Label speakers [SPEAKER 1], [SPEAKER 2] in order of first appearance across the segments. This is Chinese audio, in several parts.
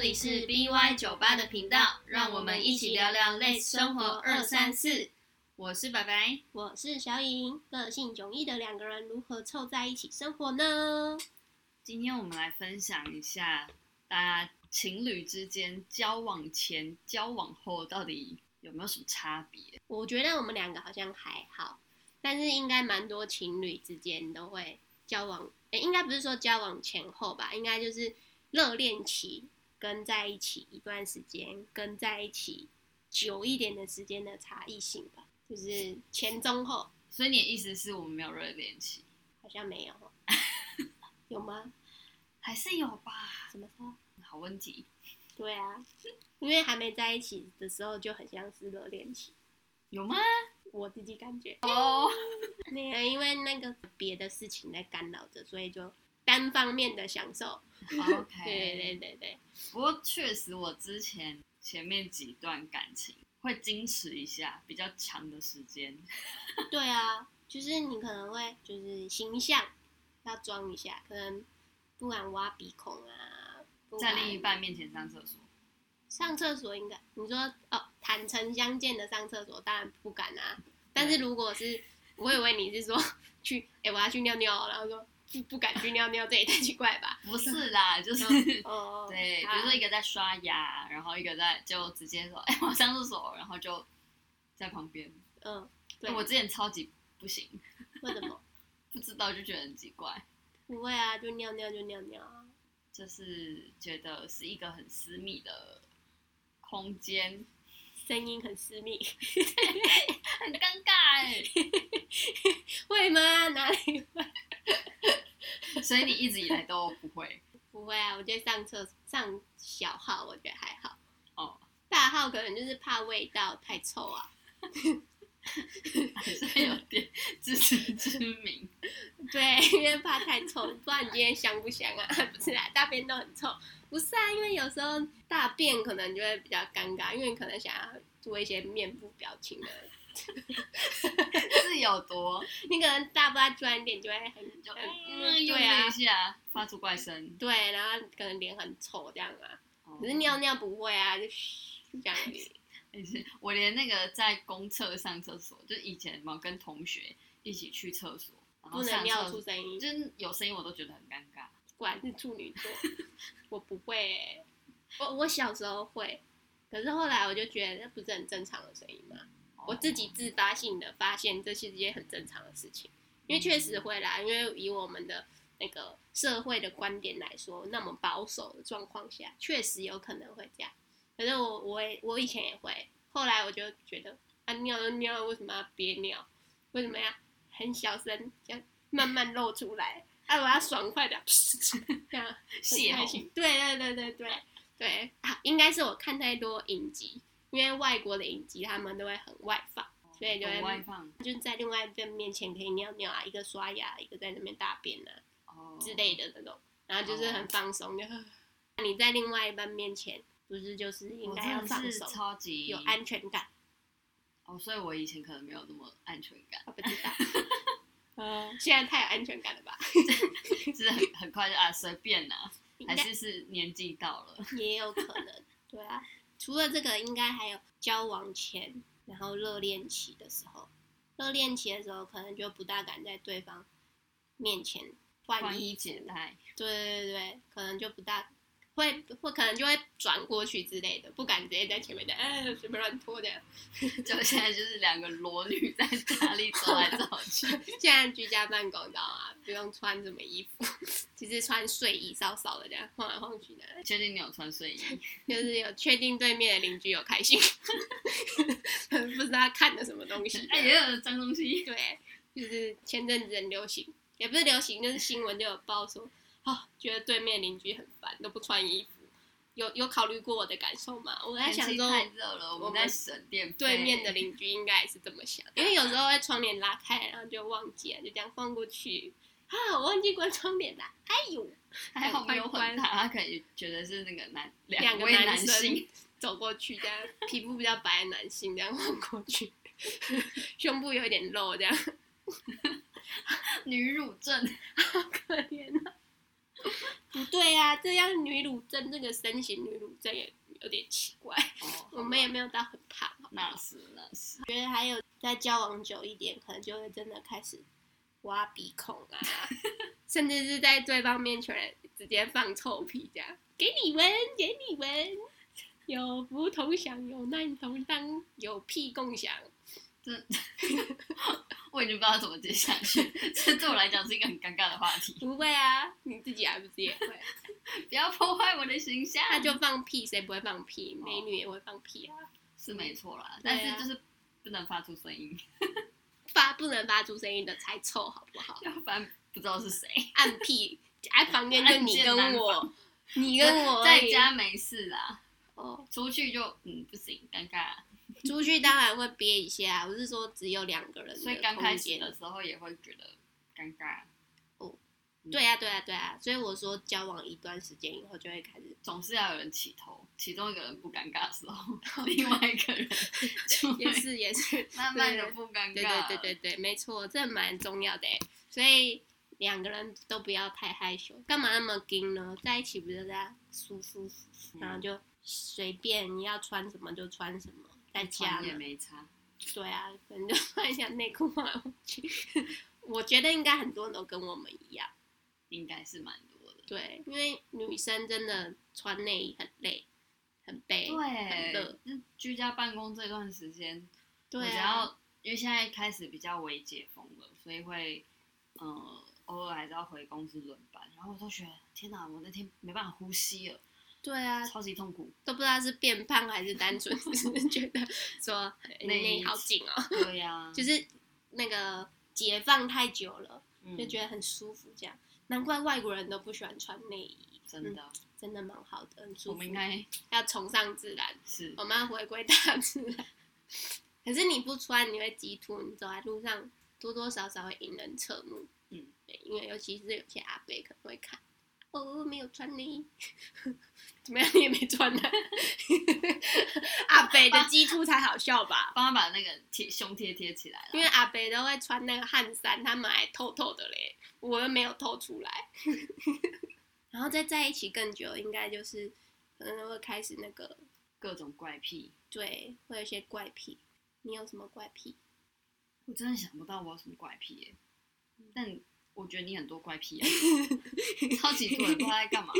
[SPEAKER 1] 里是 BY 酒吧的频道，让我们一起聊聊类生活二三四。我是白白，
[SPEAKER 2] 我是小颖，个性迥异的两个人如何凑在一起生活呢？
[SPEAKER 1] 今天我们来分享一下大家情侣之间交往前、交往后到底有没有什么差别？
[SPEAKER 2] 我觉得我们两个好像还好，但是应该蛮多情侣之间都会交往，诶应该不是说交往前后吧，应该就是热恋期跟在一起一段时间，跟在一起久一点的时间的差异性吧，就是前中后
[SPEAKER 1] 所以你的意思是我们没有热恋期，
[SPEAKER 2] 好像没有 哦，有吗？
[SPEAKER 1] 还是有吧？
[SPEAKER 2] 什么时候？
[SPEAKER 1] 好问题。
[SPEAKER 2] 对啊，因为还没在一起的时候就很像是热恋期，
[SPEAKER 1] 有吗？
[SPEAKER 2] 我自己感觉。
[SPEAKER 1] 哦，
[SPEAKER 2] 那个因为那个别的事情在干扰着，所以就单方面的享受。
[SPEAKER 1] OK，
[SPEAKER 2] 对对对对
[SPEAKER 1] 不过确实，我之前前面几段感情会矜持一下，比较长的时间。
[SPEAKER 2] 对，对啊，就是你可能会就是形象要装一下，可能不敢挖鼻孔啊，不
[SPEAKER 1] 在
[SPEAKER 2] 敢
[SPEAKER 1] 另一半面前上厕所，
[SPEAKER 2] 上厕所应该你说哦，坦诚相见的上厕所当然不敢啊，但是如果是我以为你是说 去哎、我要去尿尿哦，然后说不不敢去尿尿，这也太奇怪吧？
[SPEAKER 1] 不是啦，就是、
[SPEAKER 2] 哦，
[SPEAKER 1] 对，比
[SPEAKER 2] 好
[SPEAKER 1] 如说一个在刷牙，然后一个在就直接说，哎、我上厕所，然后就在旁边。哎
[SPEAKER 2] 嗯，对，
[SPEAKER 1] 我之前超级不行，
[SPEAKER 2] 为什么？
[SPEAKER 1] 不知道就觉得很奇怪，
[SPEAKER 2] 不会啊，就尿尿就尿尿啊。
[SPEAKER 1] 就是觉得是一个很私密的空间，
[SPEAKER 2] 声音很私密，
[SPEAKER 1] 很尴尬哎、
[SPEAKER 2] 会吗？哪里 会？
[SPEAKER 1] 所以你一直以来都不会
[SPEAKER 2] 不会啊，我觉得上厕上小号，我觉得还好，
[SPEAKER 1] 哦，
[SPEAKER 2] 大号可能就是怕味道太臭啊。
[SPEAKER 1] 还是有点自知之明。
[SPEAKER 2] 对，因为怕太臭，不知道你今天香不香啊？ 不是啊，大便都很臭。不是啊，因为有时候大便可能就会比较尴尬，因为你可能想要做一些面部表情的，
[SPEAKER 1] 是有多，
[SPEAKER 2] 你可能大不大转一点就会很
[SPEAKER 1] 就
[SPEAKER 2] 嗯
[SPEAKER 1] 嗯，
[SPEAKER 2] 对啊
[SPEAKER 1] 用力一下，发出怪声。
[SPEAKER 2] 对，然后可能脸很丑这样啊。
[SPEAKER 1] 哦
[SPEAKER 2] 可是尿尿不会啊，就嘘就这样而已。
[SPEAKER 1] 也是我连那个在公厕上厕所，就以前嘛跟同学一起去厕所，然后
[SPEAKER 2] 不能
[SPEAKER 1] 上
[SPEAKER 2] 尿
[SPEAKER 1] 厕
[SPEAKER 2] 出
[SPEAKER 1] 所，
[SPEAKER 2] 声音，
[SPEAKER 1] 就是有声音我都觉得很尴尬。
[SPEAKER 2] 果然是处女座，我不会欸、我我小时候会，可是后来我就觉得那不是很正常的声音嘛。我自
[SPEAKER 1] 哦
[SPEAKER 2] 己自发性的发现这是一件很正常的事情，因为确实会啦，因为以我们的那个社会的观点来说，那么保守的状况下，确实有可能会这样。可是我我也我以前也会，后来我就觉得啊尿就尿，为什么要憋尿？为什么要很小声这样慢慢露出来？啊，我要爽快的， 这样
[SPEAKER 1] 泄
[SPEAKER 2] 很开
[SPEAKER 1] 洪，
[SPEAKER 2] 心。对对对对对对啊，应该是我看太多影集，因为外国的影集他们都会很外放，所以就
[SPEAKER 1] 往外
[SPEAKER 2] 会
[SPEAKER 1] 放
[SPEAKER 2] 就是在另外一边面前可以尿尿啊，一个刷牙，一个在那边大便啊
[SPEAKER 1] 哦
[SPEAKER 2] 之类的那种，然后就是很放松，就你在另外一半面前，不是就是应
[SPEAKER 1] 我
[SPEAKER 2] 该要
[SPEAKER 1] 真
[SPEAKER 2] 放
[SPEAKER 1] 的是
[SPEAKER 2] 松，
[SPEAKER 1] 超级
[SPEAKER 2] 有安全感。
[SPEAKER 1] 哦，所以我以前可能没有那么安全感，
[SPEAKER 2] 我不知道，嗯，现在太有安全感了吧？
[SPEAKER 1] 就是很很快就啊随便啦，
[SPEAKER 2] 应
[SPEAKER 1] 还
[SPEAKER 2] 该
[SPEAKER 1] 是是年纪到了，
[SPEAKER 2] 也有可能，对啊。除了这个，应该还有交往前，然后热恋期的时候，热恋期的时候可能就不大敢在对方面前换
[SPEAKER 1] 宽
[SPEAKER 2] 衣
[SPEAKER 1] 衣
[SPEAKER 2] 服，
[SPEAKER 1] 解带，
[SPEAKER 2] 对对对对，可能就不大会，或可能就会转过去之类的，不敢直接在前面的，哎，随便乱脱这样。
[SPEAKER 1] 就现在就是两个裸女在家里走来走去。
[SPEAKER 2] 现在居家办公，你知道吗？不用穿什么衣服， 其实穿睡衣稍稍的这样晃来晃去的，
[SPEAKER 1] 确定你有穿睡 衣？
[SPEAKER 2] 就是有确定对面的邻居有开心， 不知道他看的什么东西。
[SPEAKER 1] 哎，也有脏东西。
[SPEAKER 2] 对，就是前阵子很流行，也不是流行，就是新闻就有报说，哦，觉得对面邻居很烦，都不穿衣服。有有考虑过我的感受吗？我在
[SPEAKER 1] 天
[SPEAKER 2] 想
[SPEAKER 1] 气
[SPEAKER 2] 说，
[SPEAKER 1] 太热了，我
[SPEAKER 2] 我
[SPEAKER 1] 们
[SPEAKER 2] 们
[SPEAKER 1] 在省电费。
[SPEAKER 2] 对面的邻居应该也是这么想，因为有时候会窗帘拉开，然后就忘记了，就这样放过去。啊，我忘记关窗帘啦！哎呦，
[SPEAKER 1] 还好没有
[SPEAKER 2] 很
[SPEAKER 1] 很大，他可能觉得是那个男
[SPEAKER 2] 两个
[SPEAKER 1] 位
[SPEAKER 2] 男
[SPEAKER 1] 男
[SPEAKER 2] 生，走过去，这样 皮肤比较白的男性这样晃过去， 胸部有一点露，这样
[SPEAKER 1] 女乳症。
[SPEAKER 2] 可怜啊！不对对呀、这样女乳症这个身形，女乳症也有点奇怪。
[SPEAKER 1] 哦，
[SPEAKER 2] 我们也没有到很胖，好不好
[SPEAKER 1] 那是那是，
[SPEAKER 2] 觉得还有再交往久一点，可能就会真的开始挖鼻孔啊，甚至是在对方面前直接放臭屁，这样给你闻，给你闻，有福同享，有难同当，有屁共享。
[SPEAKER 1] 我已经不知道怎么接下 去，这对我来讲是一个很尴尬的话题。
[SPEAKER 2] 不会啊，你自己还不是也会？
[SPEAKER 1] 不要破坏我的形象，
[SPEAKER 2] 那就放屁，谁不会放屁？美女也会放屁啊，
[SPEAKER 1] 是没错啦，
[SPEAKER 2] 对
[SPEAKER 1] 但
[SPEAKER 2] 啊
[SPEAKER 1] 是就是不能发出声音，
[SPEAKER 2] 发不能发出声音的才臭，好不好？
[SPEAKER 1] 要不然不知道是谁。
[SPEAKER 2] 按屁，哎，房间就你跟我，你跟我而
[SPEAKER 1] 在
[SPEAKER 2] 已
[SPEAKER 1] 家没事啦，
[SPEAKER 2] 哦。
[SPEAKER 1] 出去就嗯不行，尴尬。
[SPEAKER 2] 出去当然会憋一下，我是说只有两个人的
[SPEAKER 1] 所以刚开
[SPEAKER 2] 空
[SPEAKER 1] 始
[SPEAKER 2] 间
[SPEAKER 1] 的时候也会觉得尴尬，
[SPEAKER 2] 对啊，对啊，对啊，所以我说交往一段时间以后就会开始，
[SPEAKER 1] 总是要有人起头，其中一个人不尴尬的时候，另外一个人就
[SPEAKER 2] 哦也
[SPEAKER 1] 会
[SPEAKER 2] 是也是，
[SPEAKER 1] 慢慢的不尴尬。
[SPEAKER 2] 对对对对对，没错，这蛮重要的欸所以两个人都不要太害羞，干嘛那么硬呢？在一起不就这样舒舒服服，
[SPEAKER 1] 嗯
[SPEAKER 2] 然后就随便你要穿什么就穿什么，在家
[SPEAKER 1] 穿也
[SPEAKER 2] 嘛，
[SPEAKER 1] 没差。
[SPEAKER 2] 对啊，可能就换一下内裤换回去。 我觉得应该很多人都跟我们一样。
[SPEAKER 1] 应该是蛮多的。
[SPEAKER 2] 对，因为女生真的穿内衣很累，很背，很热
[SPEAKER 1] 对，那居家办公这段时间，我
[SPEAKER 2] 对
[SPEAKER 1] 只
[SPEAKER 2] 啊，
[SPEAKER 1] 要因为现在开始比较微解封了，所以会呃偶尔还是要回公司轮班，然后我都觉得天哪，我那天没办法呼吸了，
[SPEAKER 2] 对啊，
[SPEAKER 1] 超级痛苦。
[SPEAKER 2] 都不知道是变胖还是单纯只是觉得 说哎
[SPEAKER 1] 内
[SPEAKER 2] 内
[SPEAKER 1] 衣嗯
[SPEAKER 2] 好紧哦，
[SPEAKER 1] 对呀、
[SPEAKER 2] 就是那个解放太久了，就觉
[SPEAKER 1] 得、
[SPEAKER 2] 得很舒服这样。难怪外国人都不喜欢穿内衣，
[SPEAKER 1] 真的，
[SPEAKER 2] 真的蛮好的，很嗯舒
[SPEAKER 1] 我
[SPEAKER 2] 服
[SPEAKER 1] 们。应该
[SPEAKER 2] 要崇尚自然，
[SPEAKER 1] 是
[SPEAKER 2] 我们要回归大自然。 可是你不穿，你会激突，你走在路上多多少少会引人侧目。
[SPEAKER 1] 嗯
[SPEAKER 2] 对，因为尤其是有些阿伯可能会看，哦，没有穿内衣， 怎么样？你也没穿呢、 阿伯的激突才好笑吧？
[SPEAKER 1] 帮他把那个贴胸贴贴起来
[SPEAKER 2] 因
[SPEAKER 1] 了。
[SPEAKER 2] 为阿伯都会穿那个汗衫，他们还透透的嘞，我又没有透出来。 然后再在一起更久，应该就是可能会开始那个
[SPEAKER 1] 各种怪癖，
[SPEAKER 2] 对，会有一些怪癖。你有什么怪癖？
[SPEAKER 1] 我真的想不到我有什么怪癖耶、但我觉得你很多怪癖啊，超级多，不知道在干嘛。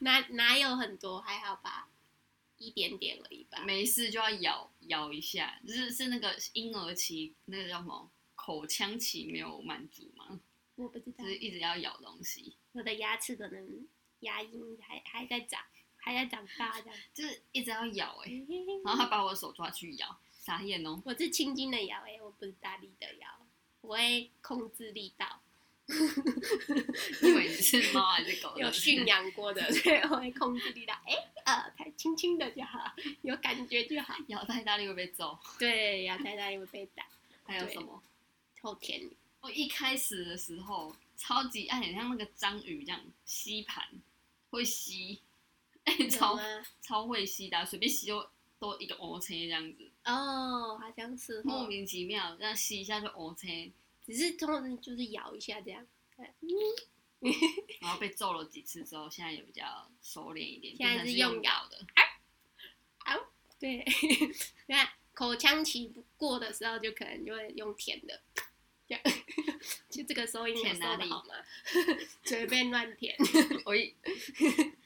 [SPEAKER 2] 哪哪有很多？还好吧，一点点而已 吧。
[SPEAKER 1] 没事就要咬咬一下，就是是那个婴儿期那个叫什么口腔期没有满足嘛，
[SPEAKER 2] 我不知道
[SPEAKER 1] 就，是一直要咬东西，
[SPEAKER 2] 我的牙齿可能牙龈还还在长，还在长大这样。
[SPEAKER 1] 就是一直要咬哎、 然后他把我的手抓去咬，傻眼哦，
[SPEAKER 2] 我是青筋的咬哎、我不是大力的咬，我会控制力道，
[SPEAKER 1] 因为你是猫还是狗？
[SPEAKER 2] 有驯养过 的，所以我会控制力道。哎、呃，它轻轻的就好，有感觉就好。
[SPEAKER 1] 咬太大力会被揍，
[SPEAKER 2] 对，牙太大也会被打，
[SPEAKER 1] 还有什么？
[SPEAKER 2] 后天
[SPEAKER 1] 我一开始的时候超级爱，很像那个章鱼这样吸盘，会吸，哎、
[SPEAKER 2] 有
[SPEAKER 1] 超
[SPEAKER 2] 吗？
[SPEAKER 1] 超会吸的啊、随便吸都都一个 O C 这样子，
[SPEAKER 2] 哦，好像是哦
[SPEAKER 1] 莫名其妙这样吸一下就 O C，
[SPEAKER 2] 只是通常就是咬一下这样。
[SPEAKER 1] 然后被揍了几次之后，现在也比较熟练一点，
[SPEAKER 2] 现在
[SPEAKER 1] 变成
[SPEAKER 2] 是
[SPEAKER 1] 是
[SPEAKER 2] 用
[SPEAKER 1] 用咬 的，
[SPEAKER 2] 对，你看口腔期不过的时候，就可能就会用舔的，这样 就这个收音有
[SPEAKER 1] 舔
[SPEAKER 2] 收
[SPEAKER 1] 哪
[SPEAKER 2] 的
[SPEAKER 1] 里
[SPEAKER 2] 好吗？ 随便乱舔，
[SPEAKER 1] 我一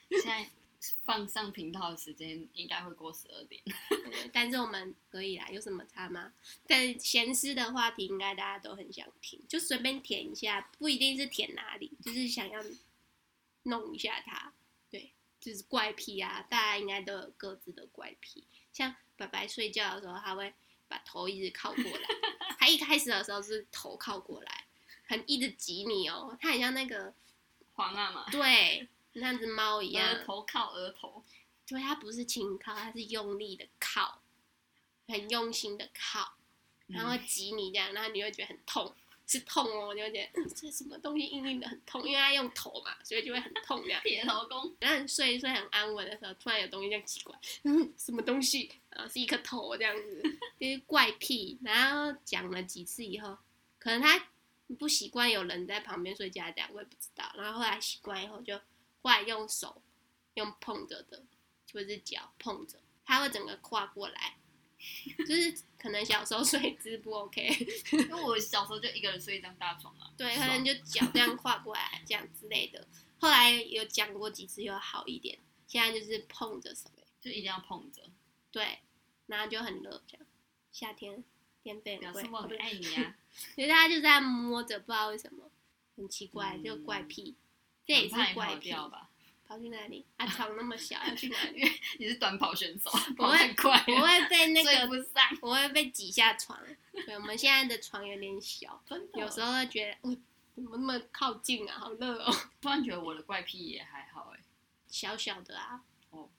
[SPEAKER 1] 现在放上频道的时间应该会过十二点，
[SPEAKER 2] 但是我们可以啦，有什么差吗？但闲思的话题，应该大家都很想听，就随便舔一下，不一定是舔哪里，就是想要弄一下它。对，就是怪癖啊，大家应该都有各自的怪癖。像白白睡觉的时候，他会把头一直靠过来，他一开始的时候是头靠过来，很一直挤你哦，他很像那个
[SPEAKER 1] 皇阿玛，
[SPEAKER 2] 对那只猫 一样
[SPEAKER 1] 额，头靠额头，
[SPEAKER 2] 对，它不是轻靠，它是用力的靠，很用心的靠，然
[SPEAKER 1] 嗯
[SPEAKER 2] 后挤你这样，然后你会觉得很痛，是痛哦，你会觉得、嗯、这什么东西硬硬的很痛，因为它用头嘛，所以就会很痛这样。
[SPEAKER 1] 铁头功，
[SPEAKER 2] 然后你睡一睡很安稳的时候，突然有东西这样奇怪，嗯，什么东西？啊，是一颗头这样子，就是怪癖。然后讲了几次以后，可能他不习惯有人在旁边睡觉，这样我也不知道。然后后来习惯以后就或者用手用碰着的，或者是脚碰着，他会整个跨过来，就是可能小时候睡姿不 OK，
[SPEAKER 1] 因为我小时候就一个人睡一张大床啊，
[SPEAKER 2] 对，可
[SPEAKER 1] 爽
[SPEAKER 2] 能就脚这样跨过来这样之类的。后来有讲过几次，有好一点，现在就是碰着手，
[SPEAKER 1] 就一定要碰着，
[SPEAKER 2] 对，然后就很热，这样夏天电费
[SPEAKER 1] 表
[SPEAKER 2] 很
[SPEAKER 1] 示
[SPEAKER 2] 贵，
[SPEAKER 1] 我很爱你 啊。
[SPEAKER 2] 所以大家就在摸着，不知道为什么，很奇怪，
[SPEAKER 1] 嗯
[SPEAKER 2] 就怪癖，这也是
[SPEAKER 1] 很怕你
[SPEAKER 2] 怪
[SPEAKER 1] 跑
[SPEAKER 2] 癖。
[SPEAKER 1] 掉吧？
[SPEAKER 2] 跑去哪里？啊，床那么小，要去哪
[SPEAKER 1] 啊
[SPEAKER 2] 里？
[SPEAKER 1] 你是短跑 选手，
[SPEAKER 2] 我
[SPEAKER 1] 跑
[SPEAKER 2] 会
[SPEAKER 1] 太快
[SPEAKER 2] 我
[SPEAKER 1] 了，
[SPEAKER 2] 会被那
[SPEAKER 1] 追
[SPEAKER 2] 个，
[SPEAKER 1] 不上。
[SPEAKER 2] 我会被挤下床。对，我们现在的床有点小，
[SPEAKER 1] 真的，
[SPEAKER 2] 有时候会觉得，嗯，怎么那么靠近啊？好热哦。
[SPEAKER 1] 突然觉得我的怪癖也还好哎、
[SPEAKER 2] 小小的啊。
[SPEAKER 1] 哦。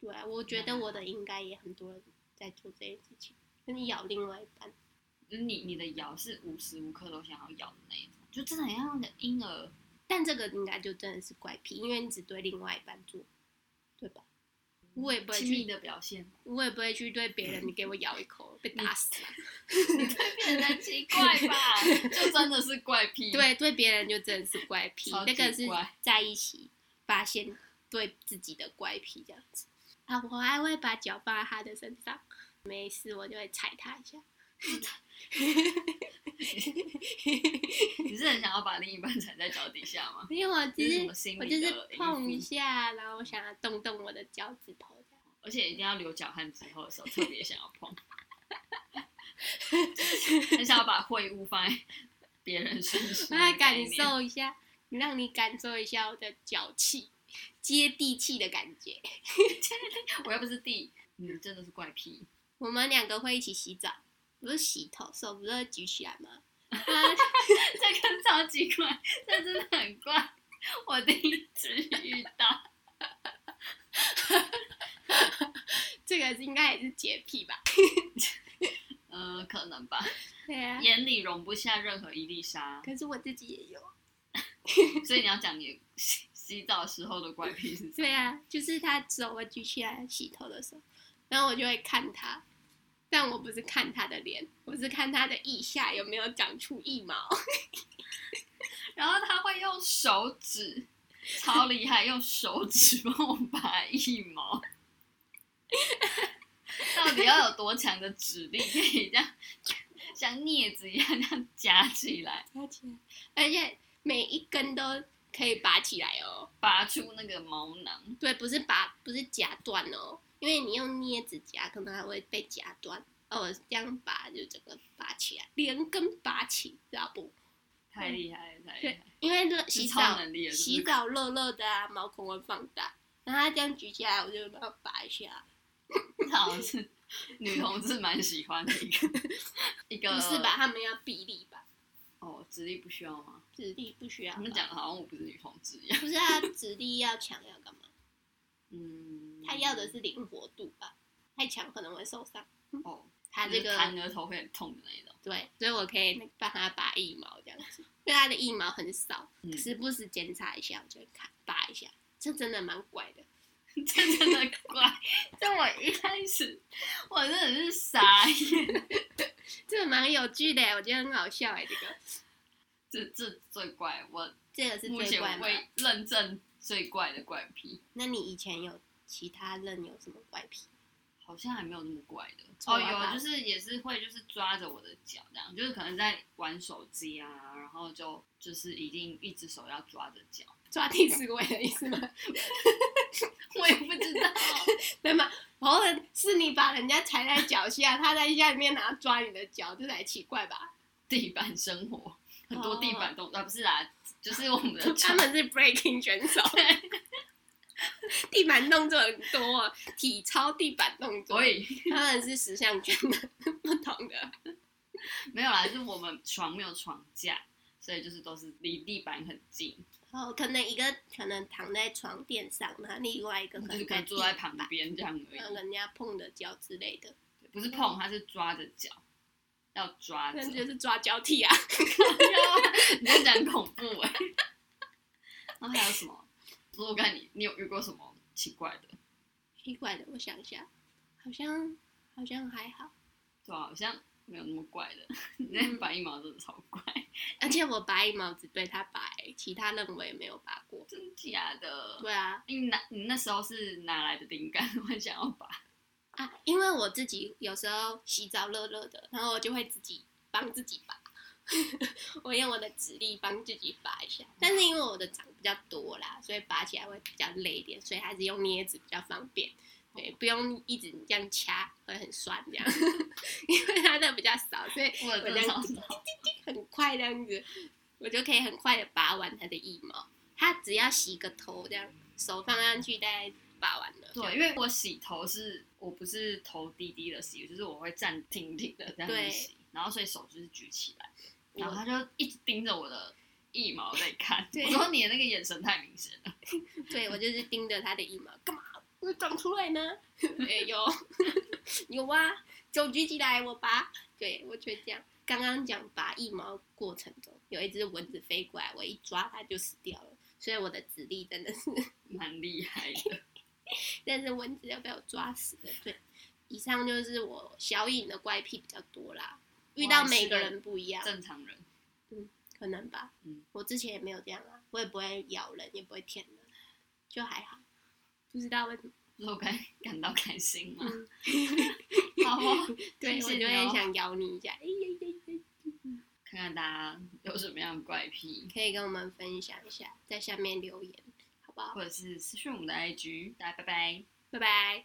[SPEAKER 2] 对啊，我觉得我的应该也很多人在做这件事情，就是咬另外一半。
[SPEAKER 1] 就是你你的咬是无时无刻都想要咬的那一种，就真的很像那个婴儿。
[SPEAKER 2] 但这个应该就真的是怪癖，因为你只对另外一半做，对吧？我也不会
[SPEAKER 1] 亲
[SPEAKER 2] 去
[SPEAKER 1] 密的表现，
[SPEAKER 2] 我也不会去对别人，你给我咬一口，
[SPEAKER 1] 嗯
[SPEAKER 2] 被打死。
[SPEAKER 1] 变得很 奇怪吧？就真的是怪癖。，
[SPEAKER 2] 对，对别人就真的是怪癖，
[SPEAKER 1] 超级
[SPEAKER 2] 那个是
[SPEAKER 1] 怪
[SPEAKER 2] 在一起发现对自己的怪癖这样子。啊，我还会把脚放在他的身上，没事我就会踩他一下。
[SPEAKER 1] 你是很想要把另一半踩在脚底下吗？
[SPEAKER 2] 因为我
[SPEAKER 1] 这
[SPEAKER 2] 只
[SPEAKER 1] 是什
[SPEAKER 2] 是
[SPEAKER 1] 么心
[SPEAKER 2] 我
[SPEAKER 1] 理
[SPEAKER 2] 就是
[SPEAKER 1] 的因素
[SPEAKER 2] 碰一下，然后我想要动动我的脚趾头这样。
[SPEAKER 1] 而且一定要流脚汗之后的时候，特别想要 碰，很想要把秽物放在别人身
[SPEAKER 2] 我
[SPEAKER 1] 上，
[SPEAKER 2] 要感。受一下，让你感受一下我的脚气，接地气的感觉。
[SPEAKER 1] 我又不是弟，你真的是怪癖。
[SPEAKER 2] 我们两个会一起洗澡，不是洗头，手不是会举起来 吗？啊，
[SPEAKER 1] 这个超级怪，这真的很怪，我第一次遇到。
[SPEAKER 2] 这个是应该也是洁癖吧？
[SPEAKER 1] 呃，可能吧，
[SPEAKER 2] 对啊，
[SPEAKER 1] 眼里容不下任何一粒沙，
[SPEAKER 2] 可是我自己也有。
[SPEAKER 1] 所以你要讲你洗洗澡时候的怪癖是什么？
[SPEAKER 2] 对啊，就是他手会举起来洗头的时候，然后我就会看他，但我不是看他的脸，我是看他的腋下有没有长出腋毛。
[SPEAKER 1] 然后他会用手指，超厉害，用手指帮我拔一毛。到底要有多强的指力，可以这样像镊子一样这样夹起来，
[SPEAKER 2] 拔起来，而且每一根都可以拔起来哦。
[SPEAKER 1] 拔出那个毛囊？
[SPEAKER 2] 对，不是拔，不是夹断哦，因为你用镊子夹，可能还会被夹断。哦，我这样拔就整个拔起来，连根拔起，知道不？
[SPEAKER 1] 太厉害了，太厉
[SPEAKER 2] 对
[SPEAKER 1] 害了！，
[SPEAKER 2] 因为热洗
[SPEAKER 1] 是超
[SPEAKER 2] 澡
[SPEAKER 1] 能力了，
[SPEAKER 2] 洗
[SPEAKER 1] 是不
[SPEAKER 2] 澡热热的啊，毛孔会放大，然后它这样举起来，我就把它拔一下。
[SPEAKER 1] 是？这好像是 女同志蛮喜欢的一 个一个，
[SPEAKER 2] 不是吧？？他们要臂力吧？
[SPEAKER 1] 哦，指力不需要吗？
[SPEAKER 2] 指力不需要吧。
[SPEAKER 1] 他们讲的好像我不是女同志一样。
[SPEAKER 2] 不是啊，指力要强要干嘛？
[SPEAKER 1] 嗯，
[SPEAKER 2] 他要的是灵活度吧？太强可能会受伤。
[SPEAKER 1] 哦，
[SPEAKER 2] 他
[SPEAKER 1] 就
[SPEAKER 2] 这
[SPEAKER 1] 是
[SPEAKER 2] 个
[SPEAKER 1] 弹额头会很痛的那一种。
[SPEAKER 2] 对，所以我可以帮他拔腋毛这样子，因为他的腋毛很少，
[SPEAKER 1] 嗯
[SPEAKER 2] 时不时检查一下，我就会看拔一下，这真的蛮怪的。
[SPEAKER 1] 这真的怪， 就我一开始我真的是傻眼，
[SPEAKER 2] 这个蛮有趣的，我觉得很好笑哎，这个
[SPEAKER 1] 这这最怪，我
[SPEAKER 2] 这个是
[SPEAKER 1] 目
[SPEAKER 2] 最
[SPEAKER 1] 前
[SPEAKER 2] 怪
[SPEAKER 1] 我
[SPEAKER 2] 吗？
[SPEAKER 1] 会认证最怪的怪癖，
[SPEAKER 2] 那你以前有其他人有什么怪癖？
[SPEAKER 1] 好像还没有那么怪的。
[SPEAKER 2] 抓
[SPEAKER 1] 哦，
[SPEAKER 2] 吧
[SPEAKER 1] 有啊，就是也是会就是抓着我的脚这样，就是可能在玩手机啊，然后就就是一定一只手要抓着脚，
[SPEAKER 2] 抓替死鬼的意思吗？
[SPEAKER 1] 我也不知 道，
[SPEAKER 2] 对吗？然后是你把人家踩在脚下，他在下面然后抓你的脚，这才奇怪吧？
[SPEAKER 1] 地板生活很多地板动作、啊，不是啦，就是我们的
[SPEAKER 2] 他
[SPEAKER 1] 床
[SPEAKER 2] 们是 breaking 选 手，地板动作很多，啊体操地板动作，
[SPEAKER 1] 所以
[SPEAKER 2] 他们是十项圈的， 不同的。
[SPEAKER 1] 没有啦，就是我们床没有床架，所以就是都是离地板很近。
[SPEAKER 2] 然后可能一个可能躺在床垫上，然后另外一个可
[SPEAKER 1] 就是
[SPEAKER 2] 能
[SPEAKER 1] 可能坐在旁
[SPEAKER 2] 边，
[SPEAKER 1] 边这样而
[SPEAKER 2] 让
[SPEAKER 1] 已，
[SPEAKER 2] 人家碰的脚之类的，
[SPEAKER 1] 不是碰，他是抓着脚，要抓着。
[SPEAKER 2] 那就
[SPEAKER 1] 你
[SPEAKER 2] 是抓 交替啊。
[SPEAKER 1] 在讲恐怖 哎、然后还有什么？我看你，你有遇过什么奇怪的？
[SPEAKER 2] 啊奇怪的，我想一下，好像好像还好。
[SPEAKER 1] 对啊，好像没有那么怪的。 你
[SPEAKER 2] 嗯
[SPEAKER 1] 那拔一毛真的超怪，
[SPEAKER 2] 而且我拔一毛只对他拔，其他任我也没有拔过。
[SPEAKER 1] 真假的？
[SPEAKER 2] 对啊，
[SPEAKER 1] 你哪你那时候是哪来的灵感？会想要 拔？
[SPEAKER 2] 啊，因为我自己有时候洗澡热热的，然后我就会自己帮自己拔， 我用我的指力帮自己拔一下。但是因为我的长比较多啦，所以拔起来会比较累一点，所以还是用镊子比较方便。对，不用一直这样掐，会很酸这样， 因为它的比较少，所以
[SPEAKER 1] 我
[SPEAKER 2] 我这
[SPEAKER 1] 真的
[SPEAKER 2] 样
[SPEAKER 1] 超
[SPEAKER 2] 滴滴滴滴很快这样子，我就可以很快的拔完它的腋毛。它只要洗个头这样，手放上去大概拔完了。
[SPEAKER 1] 对，因为我洗头是我不是头低低的洗，就是我会站挺挺的这样子
[SPEAKER 2] 对
[SPEAKER 1] 洗，然后所以手就是举起来，
[SPEAKER 2] 我
[SPEAKER 1] 然后他就一直盯着我的腋毛在看。
[SPEAKER 2] 对
[SPEAKER 1] 我说你的那个眼神太明显了，
[SPEAKER 2] 对我就是盯着它的腋毛，干嘛会长出来呢？哎有 有啊，手举起来我拔。对我觉得这样。刚刚讲拔腋毛过程中，有一只蚊子飞过来，我一抓它就死掉了，所以我的指力真的是，
[SPEAKER 1] 蛮厉害的。
[SPEAKER 2] 但是蚊子要被我抓死的。对，以上就是我小颖的怪癖比较多啦，遇到每个人不一样，
[SPEAKER 1] 正常人
[SPEAKER 2] 可能吧。
[SPEAKER 1] 嗯
[SPEAKER 2] 我之前也没有这样啊，我也不会咬人，也不会舔人，就还好。不知道为什么，
[SPEAKER 1] 就是我该感到开心嘛。
[SPEAKER 2] 嗯
[SPEAKER 1] 好哦，
[SPEAKER 2] 对
[SPEAKER 1] 谢
[SPEAKER 2] 我
[SPEAKER 1] 谢
[SPEAKER 2] 就
[SPEAKER 1] 你
[SPEAKER 2] 会
[SPEAKER 1] 哦
[SPEAKER 2] 想咬你一下，哎呀呀呀！
[SPEAKER 1] 看看大家有什么样的怪癖，
[SPEAKER 2] 可以跟我们分享一下，在下面留言，好不好？
[SPEAKER 1] 或者是私讯我们的 IG。大家拜拜。
[SPEAKER 2] 拜拜。